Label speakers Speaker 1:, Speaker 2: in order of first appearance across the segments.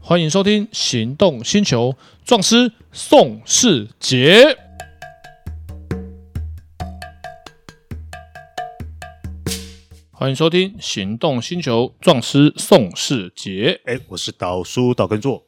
Speaker 1: 欢迎收听《行动星球》，壮师宋世杰。欢迎收听《行动星球》，壮师宋世杰。
Speaker 2: 哎，我是导叔导根座。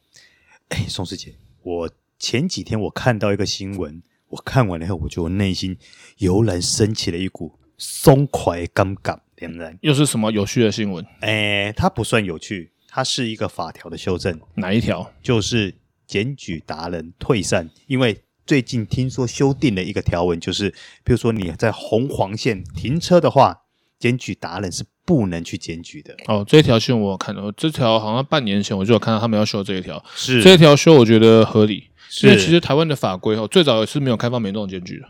Speaker 2: 哎，宋师姐，我前几天我看到一个新闻，我看完了以后，我觉得我内心油然升起了一股松快感感点然。
Speaker 1: 又是什么有趣的新闻？
Speaker 2: 哎，它不算有趣，它是一个法条的修正，
Speaker 1: 哪一条？
Speaker 2: 就是检举达人退散，因为。最近听说修订了一个条文，就是比如说你在红黄线停车的话，检举达人是不能去检举的。
Speaker 1: 哦，这条新闻我有看到，这条好像半年前我就有看到他们要修这一条，
Speaker 2: 是
Speaker 1: 这一条修我觉得合理，
Speaker 2: 是
Speaker 1: 因为其实台湾的法规哦，最早是没有开放民众检举的，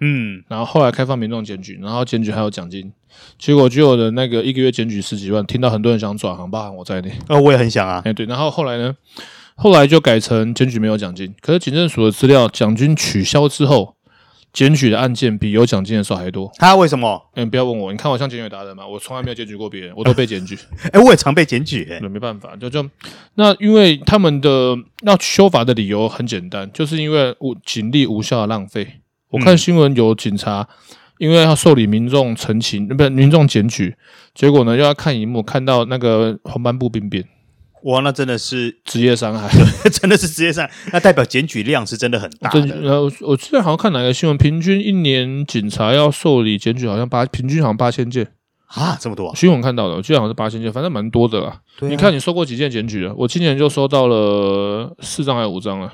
Speaker 2: 嗯，
Speaker 1: 然后后来开放民众检举，然后检举还有奖金，结果就有的那个一个月检举十几万，听到很多人想转行，包含我在内。
Speaker 2: 呃，我也很想啊。
Speaker 1: 哎，对，然后后来呢，后来就改成检举没有奖金，可是警政署的资料，奖金取消之后，检举的案件比有奖金的时候还多。
Speaker 2: 他为什么？
Speaker 1: 嗯，不要问我，你看我像检举达人吗？我从来没有检举过别人，我都被检举。
Speaker 2: 哎，我也常被检举、哎
Speaker 1: 对，没办法，就就那因为他们的要修法的理由很简单，就是因为无警力无效的浪费。我
Speaker 2: 嗯
Speaker 1: 看新闻有警察因为要受理民众陈情，呃不是民众检举，结果呢又要看荧幕，看到那个红斑部病变，
Speaker 2: 哇，那真的是，
Speaker 1: 职业伤害。
Speaker 2: 真的是直接上，那代表检举量是真的很大
Speaker 1: 真
Speaker 2: 的。
Speaker 1: 呃，我我之前好像看哪个新闻，平均一年警察要受理检举，好像八，平均好像八千件，
Speaker 2: 啊，这么多、啊，
Speaker 1: 新闻看到的，我记得好像是八千件，反正蛮多的啦。
Speaker 2: 对啊
Speaker 1: 你看你收过几件检举了？我今年就收到了四张还是五张了。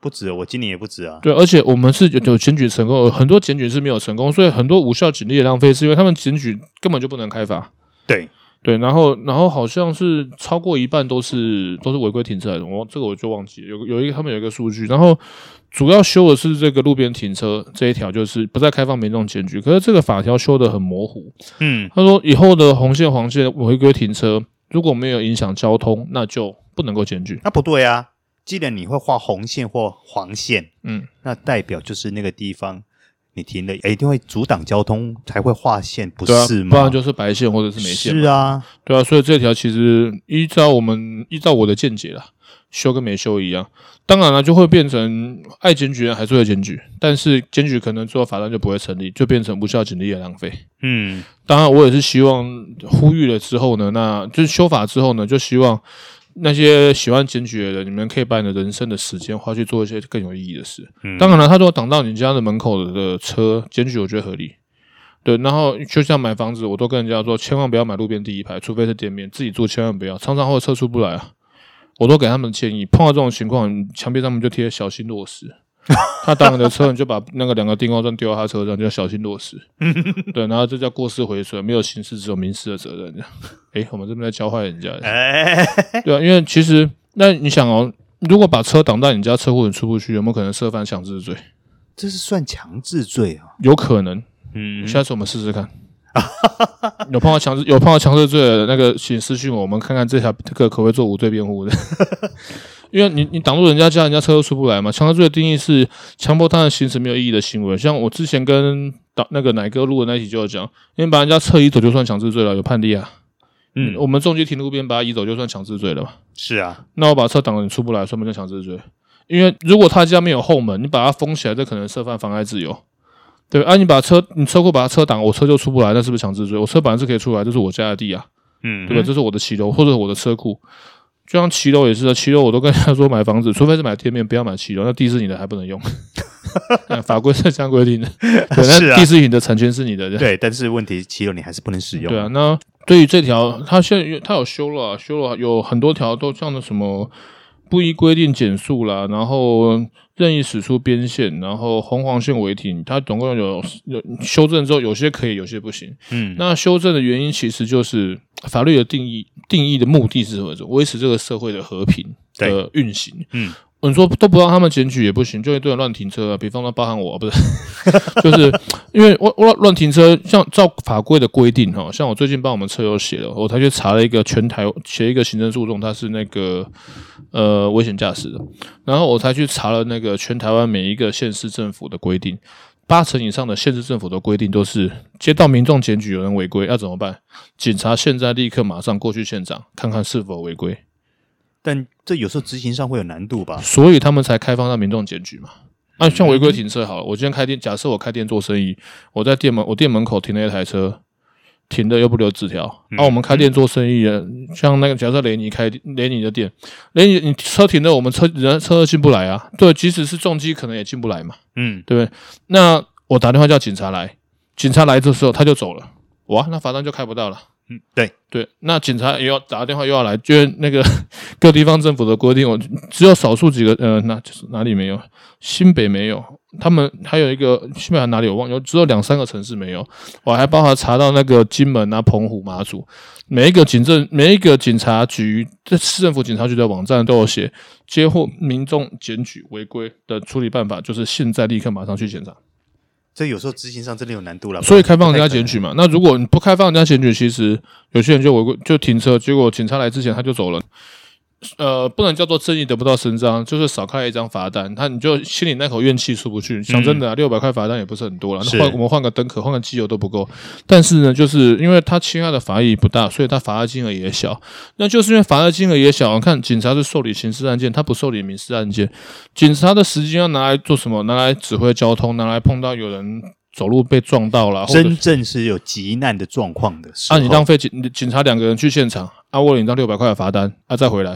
Speaker 2: 不止，我今年也不止啊。
Speaker 1: 对，而且我们是有有检举成功，有呃很多检举是没有成功，所以很多无效警力的浪费是因为他们检举根本就不能开罚。
Speaker 2: 对，
Speaker 1: 对，然后然后好像是超过一半都是都是违规停车来的，我这个我就忘记了，有有一个他们有一个数据，然后主要修的是这个路边停车这一条，就是不再开放民众检举，可是这个法条修的很模糊，
Speaker 2: 嗯，
Speaker 1: 他说以后的红线黄线违规停车如果没有影响交通，那就不能够检举。
Speaker 2: 那不对啊。既然你会画红线或黄线，
Speaker 1: 嗯，
Speaker 2: 那代表就是那个地方你停了，哎一定会阻挡交通才会画线，不
Speaker 1: 对啊
Speaker 2: 是，吗？
Speaker 1: 不然就是白线或者是没线嘛。
Speaker 2: 是啊，
Speaker 1: 对啊，所以这条其实依照我们依照我的见解啦，修跟没修一样。当然了，就会变成爱检举人还是会检举，但是检举可能最后法单就不会成立，就变成无效警力的浪费。
Speaker 2: 嗯，
Speaker 1: 当然，我也是希望呼吁了之后呢，那就是修法之后呢，就希望那些喜欢检举的人，你们可以把你的人生的时间花去做一些更有意义的事。
Speaker 2: 嗯
Speaker 1: 当然了，他如果挡到你家的门口的车检举，我觉得合理。对，然后就像买房子，我都跟人家说，千万不要买路边第一排，除非是店面，自己住千万不要，常常会有车出不来啊。我都给他们建议，碰到这种情况，墙壁上面就贴小心落石。他挡你的车，你就把那个两个定光灯丢到他车上，就小心落石。对，然后这叫过失毁损，没有刑事，只有民事的责任。这样，诶，我们这边在教坏人家。
Speaker 2: 哎，
Speaker 1: 对啊，因为其实那你想哦，如果把车挡在你家车库，你出不去，有没有可能涉犯强制罪？
Speaker 2: 这是算强制罪啊。
Speaker 1: 有可能。
Speaker 2: 嗯，
Speaker 1: 下次我们试试看。有碰到强制有碰到强制罪的那个，请私信我，我们看看这条这个可不可以做无罪辩护的。 因为你你挡住人家家，人家车都出不来嘛。强制罪的定义是强迫他人行驶没有意义的行为，像我之前跟导那个奶哥录的那一集就有讲，因为把人家车移走就算强制罪了，有判例啊。
Speaker 2: 嗯
Speaker 1: 我们重机停路边把它移走就算强制罪了嘛。
Speaker 2: 是啊，
Speaker 1: 那我把车挡了，你出不来，算不算强制罪？因为如果他家没有后门，你把它封起来，这可能涉犯妨碍自由。对啊，你把车，你车库把它车挡，我车就出不来，那是不是强制罪？我车本来是可以出来，这是我家的地啊，
Speaker 2: 嗯，
Speaker 1: 对不对？这是我的骑楼或者我的车库。就像骑楼也是啊，骑楼我都跟他说买房子，除非是买店面，不要买骑楼，那地是你的还不 能用。 哎法规是这样规定的，对，
Speaker 2: 是
Speaker 1: 那
Speaker 2: 啊
Speaker 1: 地是你的，产权是你的，这样
Speaker 2: 对，但是问题骑楼你还是不能使用。
Speaker 1: 对啊，那对于这条，它现在有它有修了啊、修了有很多条都像那什么不依规定减速啦，然后任意驶出边线，然后红黄线违停，它总共有有修正之后，有些可以，有些不行。
Speaker 2: 嗯，
Speaker 1: 那修正的原因其实就是法律的定义，定义的目的是什么？维持这个社会的和平的运行。哦
Speaker 2: 嗯。
Speaker 1: 你说都不让他们检举也不行，就一堆人乱停车啊！比方说，包含我，不 是，就是因为我我乱停车，像照法规的规定哈，像我最近帮我们车友写了，我才去查了一个全台写一个行政诉讼，它是那个呃危险驾驶的，然后我才去查了那个全台湾每一个县市政府的规定，八成以上的县市政府的规定都是接到民众检举有人违规要怎么办？警察现在立刻马上过去现场看看是否违规，
Speaker 2: 但这有时候执行上会有难度吧？
Speaker 1: 所以他们才开放让民众检举嘛。那、像违规停车好了，我今天开店，假设我开店做生意，我在店门我店门口停了一台车，停的又不留纸条。啊那、我们开店做生意的，像那个假设雷尼开雷尼的店，雷尼你车停了，我们车人车进不来啊。对，即使是重机可能也进不来嘛，
Speaker 2: 嗯，
Speaker 1: 对不对？那我打电话叫警察来，警察来的时候他就走了，哇，那罚单就开不到了。
Speaker 2: 嗯，对，
Speaker 1: 对，那警察也要打电话又要来，就是那个 各地方政府的规定，我只有少数几个，呃，那就是哪里没有，新北没有，他们还有一个新北还哪里我忘了，有只有两三个城市没有，我还帮他查到那个金门啊、澎湖、马祖，每一个警政、每一个警察局、这市政府警察局的网站都有写，接获民众检举违规的处理办法，就是现在立刻马上去检查。
Speaker 2: 这有时候执行上真的有难度了。
Speaker 1: 所以开放人家检举嘛。那如果你不开放人家检举，其实有些人就违规就停车，结果警察来之前他就走了。呃，不能叫做正义得不到伸张，就是少开了一张罚单，他你就心里那口怨气出不去。讲真的、啊，六百块罚单也不是很多了，
Speaker 2: 是
Speaker 1: 那换我们换个灯壳，换个机油都不够。但是呢，就是因为他侵害的法益不大，所以他罚的金额也小。那就是因为罚的金额也小，看警察是受理刑事案件，他不受理民事案件。警察的时间要拿来做什么？拿来指挥交通，拿来碰到有人走路被撞到了，或者
Speaker 2: 真正是哦有急难的状况的时候，
Speaker 1: 啊，你浪费警警察两个人去现场，啊，为了你当六百块的罚单，啊，再回来，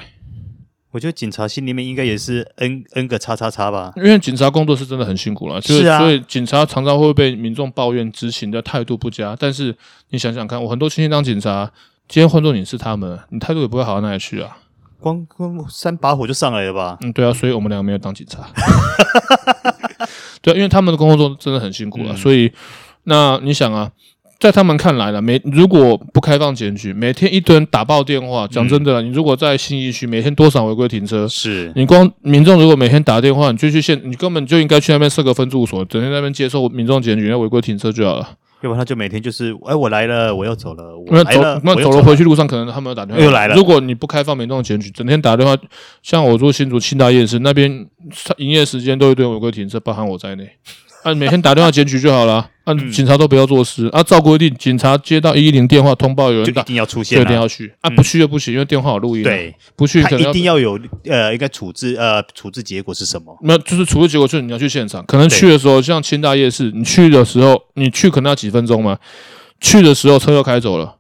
Speaker 2: 我觉得警察心里面应该也是 n n 个叉叉叉吧。
Speaker 1: 因为警察工作是真的很辛苦了，就是
Speaker 2: 啊
Speaker 1: 所以警察常常会被民众抱怨执行的态度不佳。但是你想想看，我很多亲戚当警察，今天换做你是他们，你态度也不会好到哪里去啊。
Speaker 2: 光光三把火就上来了吧？
Speaker 1: 嗯，对啊，所以我们两个没有当警察。 对啊，因为他们的工作真的很辛苦了，啊所以那你想啊，在他们看来了，每如果不开放检举，每天一堆人打爆电话，讲真的啦，你如果在信义区每天多少违规停车，
Speaker 2: 是，
Speaker 1: 你光民众如果每天打电话，你就去现，你根本就应该去那边设个分驻所，整天在那边接受民众检举，那违规停车就好了。
Speaker 2: 要不然他就每天就是，哎，我来了，我要走了，
Speaker 1: 那
Speaker 2: 我来
Speaker 1: 走
Speaker 2: 了，
Speaker 1: 那
Speaker 2: 我又
Speaker 1: 走了回去路上，可能他们又打电话
Speaker 2: 又来了
Speaker 1: 如果你不开放民众检举，整天打电话，像我住新竹庆大夜市那边，营业时间都一堆违规停车，包含我在内。啊，每天打电话检举就好 了。啊，
Speaker 2: 嗯
Speaker 1: 警察都不要做事啊，照规定，警察接到一一零电话通报有
Speaker 2: 就
Speaker 1: 人
Speaker 2: 一
Speaker 1: 打，
Speaker 2: 定要出
Speaker 1: 就
Speaker 2: 现
Speaker 1: 一定
Speaker 2: 啊。
Speaker 1: 要去啊，不去就不行，因为电话有录音啊。
Speaker 2: 对，
Speaker 1: 不去
Speaker 2: 他
Speaker 1: 可能
Speaker 2: 一
Speaker 1: 要
Speaker 2: 定要有呃，应该处置呃，处置结果是什么？
Speaker 1: 没有，就是除了结果就是你要去现场，可能去的时候像清大夜市，你去的时候你去可能要几分钟嘛，去的时候车又开走了，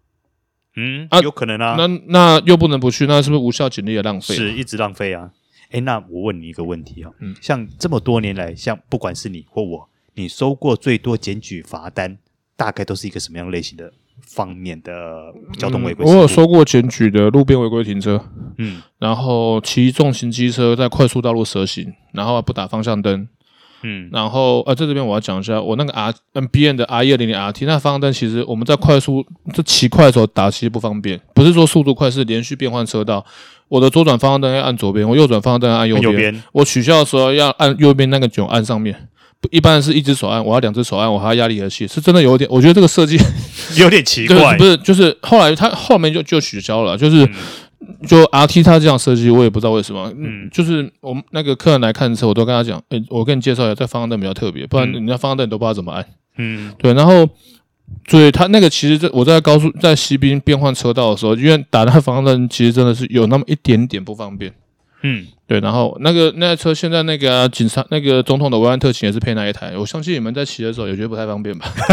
Speaker 2: 嗯，
Speaker 1: 啊
Speaker 2: 有可能啊，
Speaker 1: 那那又不能不去，那是不是无效警力的浪费？
Speaker 2: 是一直浪费啊。哎，那我问你一个问题啊、
Speaker 1: 嗯
Speaker 2: 像这么多年来，像不管是你或我，你收过最多检举罚单，大概都是一个什么样类型的方面的交通违规、
Speaker 1: 嗯我有，收过检举的路边违规停车，
Speaker 2: 嗯
Speaker 1: 然后骑重型机车在快速道路蛇行，然后不打方向灯，
Speaker 2: 嗯，
Speaker 1: 然后呃，在这边我要讲一下，我那个 R N B N 的 R 一零零 R T 那方向灯，其实我们在快速这骑快的时候打其实不方便，不是说速度快，是连续变换车道。我的左转方向灯要按左边，我右转方向灯要按右
Speaker 2: 右
Speaker 1: 边。
Speaker 2: 边
Speaker 1: 我取消的时候要按右边那个钮按上面，不一般是一只手按，我要两只手按，我还要压力和气，是真的有一点。我觉得这个设计
Speaker 2: 有点奇
Speaker 1: 对，
Speaker 2: 怪嗯
Speaker 1: 不，是，就是后来他后面就就取消了，就是、就 R T 他这样设计，我也不知道为什么。嗯，就是我们那个客人来看车，我都跟他讲，诶、我跟你介绍一下，这方向灯比较特别，不然人家方向灯你都不知道怎么按。
Speaker 2: 嗯，
Speaker 1: 对，然后所以他那个其实在我在高速在西滨变换车道的时候，因为打那方向灯其实真的是有那么一点点不方便。
Speaker 2: 嗯，
Speaker 1: 对，然后那个那台车现在那个啊、警察那个总统的维安特勤也是配那一台，我相信你们在骑的时候也觉得不太方 便吧？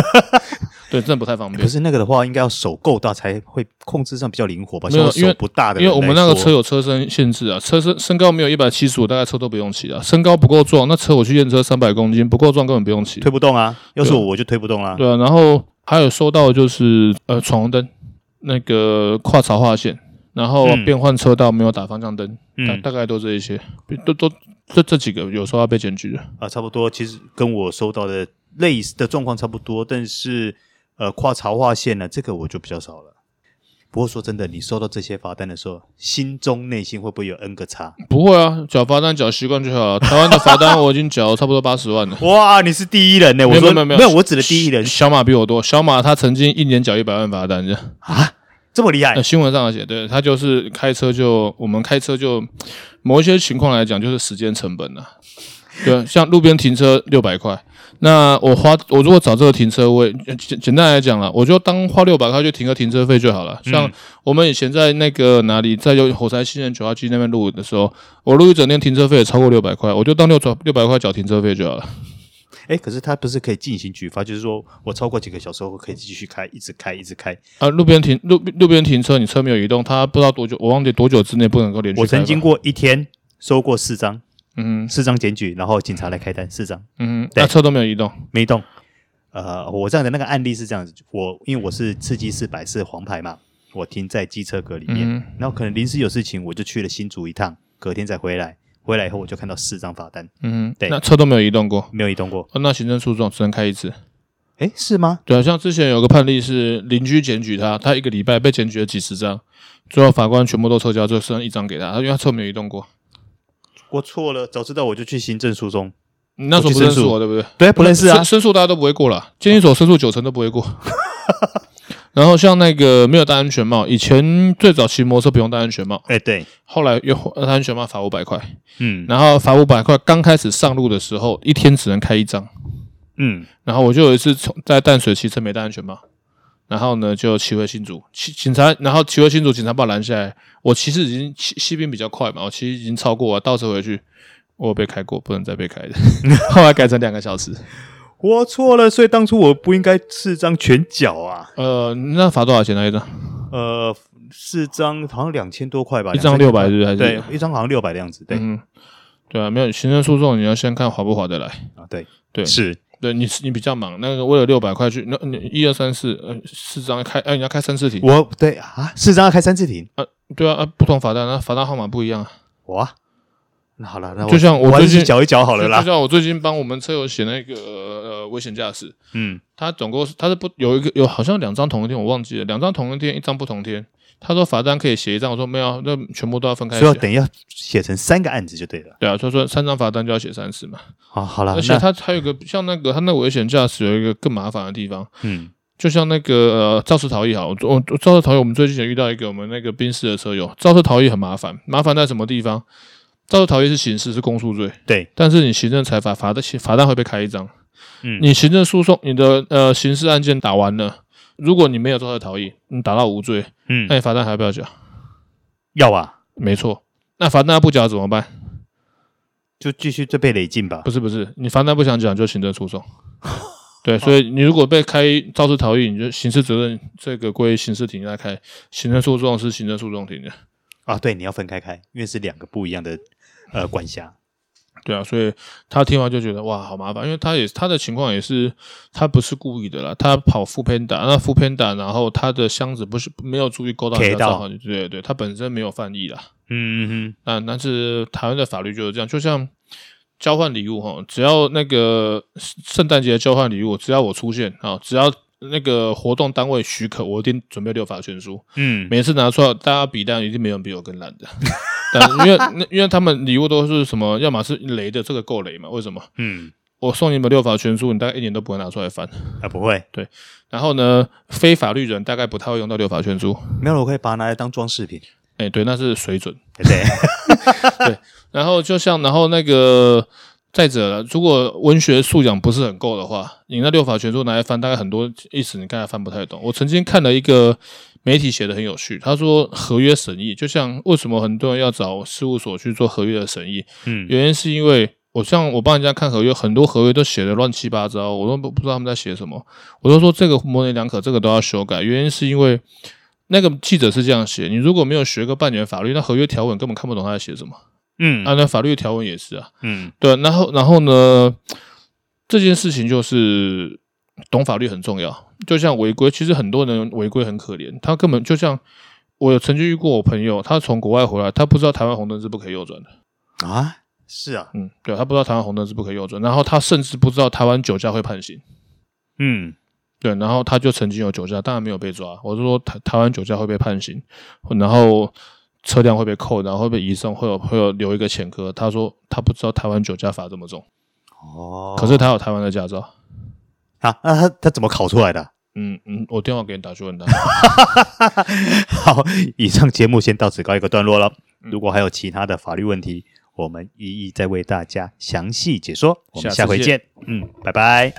Speaker 1: 对，真的不太方便
Speaker 2: 不。是那个的话，应该要手够大才会控制上比较灵活吧？
Speaker 1: 没有
Speaker 2: 像
Speaker 1: 因为
Speaker 2: 手不大的
Speaker 1: 因
Speaker 2: 人
Speaker 1: 为
Speaker 2: 来说，
Speaker 1: 我们那个车有车身限制啊，车身身高没有一百七十五，大概车都不用骑啊。身高不够壮，那车我去验车三百公斤，不够壮根本不用骑。
Speaker 2: 推不动啊，要是我我就推不动啦。
Speaker 1: 对啊，然后还有收到的就是呃闯红灯，那个跨槽划线，然后
Speaker 2: 嗯
Speaker 1: 变换车道没有打方向灯，大
Speaker 2: 嗯
Speaker 1: 大概都这一些，都都这这几个有时候要被检举的。
Speaker 2: 啊，差不多，其实跟我收到的类似的状况差不多，但是呃，跨槽划线呢，这个我就比较少了。不过说真的，你收到这些罚单的时候，心中内心会不会有 N 个 叉？
Speaker 1: 不会啊，缴罚单缴习惯就好了。台湾的罚单我已经缴了差不多八十万了。
Speaker 2: 哇，你是第一人呢、我
Speaker 1: 没有
Speaker 2: 说
Speaker 1: 没有没有
Speaker 2: 有，我指的 第一人
Speaker 1: 小马比我多，小马他曾经一年缴一百万罚单这样。
Speaker 2: 这么厉害
Speaker 1: 呃，，新闻上有写，对他就是开车就我们开车就某一些情况来讲，就是时间成本啊。对，像路边停车六百块，那我花我如果找这个停车位，简简单来讲了，我就当花六百块去停个停车费就好
Speaker 2: 嗯
Speaker 1: 了。像我们以前在那个哪里，在有火柴新人九号机那边录的时候，我录一整天停车费也超过六百块，我就当六百六百块缴停车费就好了。
Speaker 2: 哎，可是它不是可以进行举发，就是说我超过几个小时后可以继续开，一直开，一直开。
Speaker 1: 啊，路边停路路边停车，你车没有移动，它不知道多久，我忘记多久之内不能够连续开
Speaker 2: 我
Speaker 1: 吧。
Speaker 2: 曾经过一天收过四张，
Speaker 1: 嗯哼
Speaker 2: 四张检举，然后警察来开单，四张
Speaker 1: 嗯哼，
Speaker 2: 对
Speaker 1: 那车都没有移动，
Speaker 2: 没动。呃，我这样的那个案例是这样子，我因为我是刺激四百是黄牌嘛，我停在机车格里面，
Speaker 1: 嗯
Speaker 2: 然后可能临时有事情，我就去了新竹一趟，隔天再回来，回来以后我就看到四张罚单，
Speaker 1: 嗯哼
Speaker 2: 对，
Speaker 1: 那车都没有移动过，
Speaker 2: 没有移动过。
Speaker 1: 哦那行政诉讼只能开一次。
Speaker 2: 哎，是吗？
Speaker 1: 对啊，像之前有个判例是邻居检举他，他一个礼拜被检举了几十张，最后法官全部都撤销，就剩一张给他，他因为他车没有移动过。
Speaker 2: 我错了，早知道我就去行政诉讼。
Speaker 1: 你那时候不
Speaker 2: 我去
Speaker 1: 认
Speaker 2: 申诉
Speaker 1: 识我，对不对？
Speaker 2: 对，不认识啊
Speaker 1: 申。申诉大家都不会过了，监狱所申诉九成都不会过。 然后像那个没有戴安全帽，以前最早骑摩托车不用戴安全帽，
Speaker 2: 哎，对，
Speaker 1: 后来又戴安全帽罚五百块，
Speaker 2: 嗯
Speaker 1: 然后罚五百块，刚开始上路的时候一天只能开一张。
Speaker 2: 嗯，
Speaker 1: 然后我就有一次从在淡水骑车没戴安全帽，然后呢就骑回新竹，骑警察，然后骑回新竹，警察把我拦下来。我其实已经骑骑兵比较快嘛，我其实已经超过我倒车回去，我有被开过，不能再被开的。 后来改成两个小时，
Speaker 2: 我错了，所以当初我不应该四张全缴啊。
Speaker 1: 呃，那罚多少钱那一张？
Speaker 2: 呃，四张好像两千多块吧，
Speaker 1: 一张
Speaker 2: 两
Speaker 1: 六
Speaker 2: 三
Speaker 1: 百
Speaker 2: 千
Speaker 1: 是不是？还是
Speaker 2: 对，一张好像六百的样子。对、
Speaker 1: 嗯，对啊，没有行政诉讼，你要先看划不划得来。
Speaker 2: 啊，对
Speaker 1: 对
Speaker 2: 是，
Speaker 1: 对你你比较忙，那个为了六百块去，那你一二三四呃四张开，哎、你要开三次题，
Speaker 2: 我对啊，四张要开三次庭，
Speaker 1: 对啊啊不同罚单，那罚单号码不一样啊。
Speaker 2: 哇，那好了，那我
Speaker 1: 就像我
Speaker 2: 我还
Speaker 1: 最
Speaker 2: 是
Speaker 1: 近
Speaker 2: 缴一缴好了啦
Speaker 1: 就。像我最近帮我们车友写那个呃危险驾驶，
Speaker 2: 嗯，
Speaker 1: 他总共是他是不有一个有好像两张同一天，我忘记了，两张同一天，一张不同天。他说罚单可以写一张，我说没有啊，那全部都要分开
Speaker 2: 所以要
Speaker 1: 写。
Speaker 2: 等要写成三个案子就对了。
Speaker 1: 对啊，他说三张罚单就要写三次嘛。
Speaker 2: 啊，好了
Speaker 1: 而，且
Speaker 2: 那
Speaker 1: 他还有一个像那个他那个危险驾驶有一个更麻烦的地方，
Speaker 2: 嗯
Speaker 1: 就像那个呃肇事逃逸好，我我我肇事逃逸，我们最近也遇到一个我们那个宾士的车友，肇事逃逸很麻烦，麻烦在什么地方？肇事逃逸是刑事，是公诉罪，
Speaker 2: 对，
Speaker 1: 但是你行政裁罚罚的罚单会被开一张。
Speaker 2: 嗯
Speaker 1: 你行政诉讼，你的呃刑事案件打完了，如果你没有肇事逃逸，你打到无罪，
Speaker 2: 嗯
Speaker 1: 那你罚单还要不要缴？
Speaker 2: 要啊，
Speaker 1: 没错，那罚单不缴怎么办？
Speaker 2: 就继续再被累进吧
Speaker 1: 不。是不是，你罚单不想缴你就行政诉讼。对，所以你如果被开肇事逃逸，你就刑事责任这个归刑事庭来开，行政诉讼是行政诉讼庭的。
Speaker 2: 啊，对，你要分开开，因为是两个不一样的呃管辖。
Speaker 1: 对啊，所以他听完就觉得哇，好麻烦，因为他也他的情况也是他不是故意的啦，他跑副偏打，那副偏打，然后他的箱子不是没有注意勾到人家
Speaker 2: K 到
Speaker 1: 账号，对对对，他本身没有犯意啦。
Speaker 2: 嗯嗯
Speaker 1: 那但是台湾的法律就是这样，就像交换礼物哈，只要那个圣诞节交换礼物，只要我出现啊，只要那个活动单位许可，我一定准备六法全书。
Speaker 2: 嗯，
Speaker 1: 每次拿出来，大家比但一定没有人比我更烂的。 但因为那因为他们礼物都是什么，要么是雷的，这个够雷嘛？为什么？
Speaker 2: 嗯
Speaker 1: 我送你们六法全书，你大概一年都不会拿出来翻。
Speaker 2: 啊，不会，
Speaker 1: 然后呢，非法律人大概不太会用到六法全书。
Speaker 2: 没有，我可以把它拿来当装饰品。
Speaker 1: 哎，对，那是水准。
Speaker 2: 对，
Speaker 1: 然后就像，然后那个再者了，如果文学素养不是很够的话，你那六法全书拿来翻，大概很多意思你刚才翻不太懂。我曾经看了一个媒体写的很有趣，他说合约审议，就像为什么很多人要找事务所去做合约的审议，
Speaker 2: 嗯
Speaker 1: 原因是因为我像我帮人家看合约，很多合约都写的乱七八糟，我都不不知道他们在写什么。我都说这个模棱两可，这个都要修改。原因是因为那个记者是这样写，你如果没有学个半年法律，那合约条文根本看不懂他在写什么。
Speaker 2: 嗯
Speaker 1: 啊，那法律条文也是啊。
Speaker 2: 嗯
Speaker 1: 对，然后然后呢，这件事情就是懂法律很重要。就像违规，其实很多人违规很可怜，他根本就像我有曾经遇过我朋友，他从国外回来，他不知道台湾红灯是不可以右转的。
Speaker 2: 啊，是啊，
Speaker 1: 嗯，对，他不知道台湾红灯是不可以右转，然后他甚至不知道台湾酒驾会判刑。
Speaker 2: 嗯
Speaker 1: 对，然后他就曾经有酒驾，当然没有被抓。我是说台台湾酒驾会被判刑，然后车辆会被扣，然后会被移送，会有会有留一个前科。他说他不知道台湾酒驾罚这么重，
Speaker 2: 哦，
Speaker 1: 可是他有台湾的驾照。
Speaker 2: 啊，那他他怎么考出来的？
Speaker 1: 嗯嗯，我电话给你打去问他。 嗯
Speaker 2: 好，以上节目先到此告一个段落了。如果还有其他的法律问题，我们一一再为大家详细解说。我们下回
Speaker 1: 下次见
Speaker 2: 见，嗯，拜拜。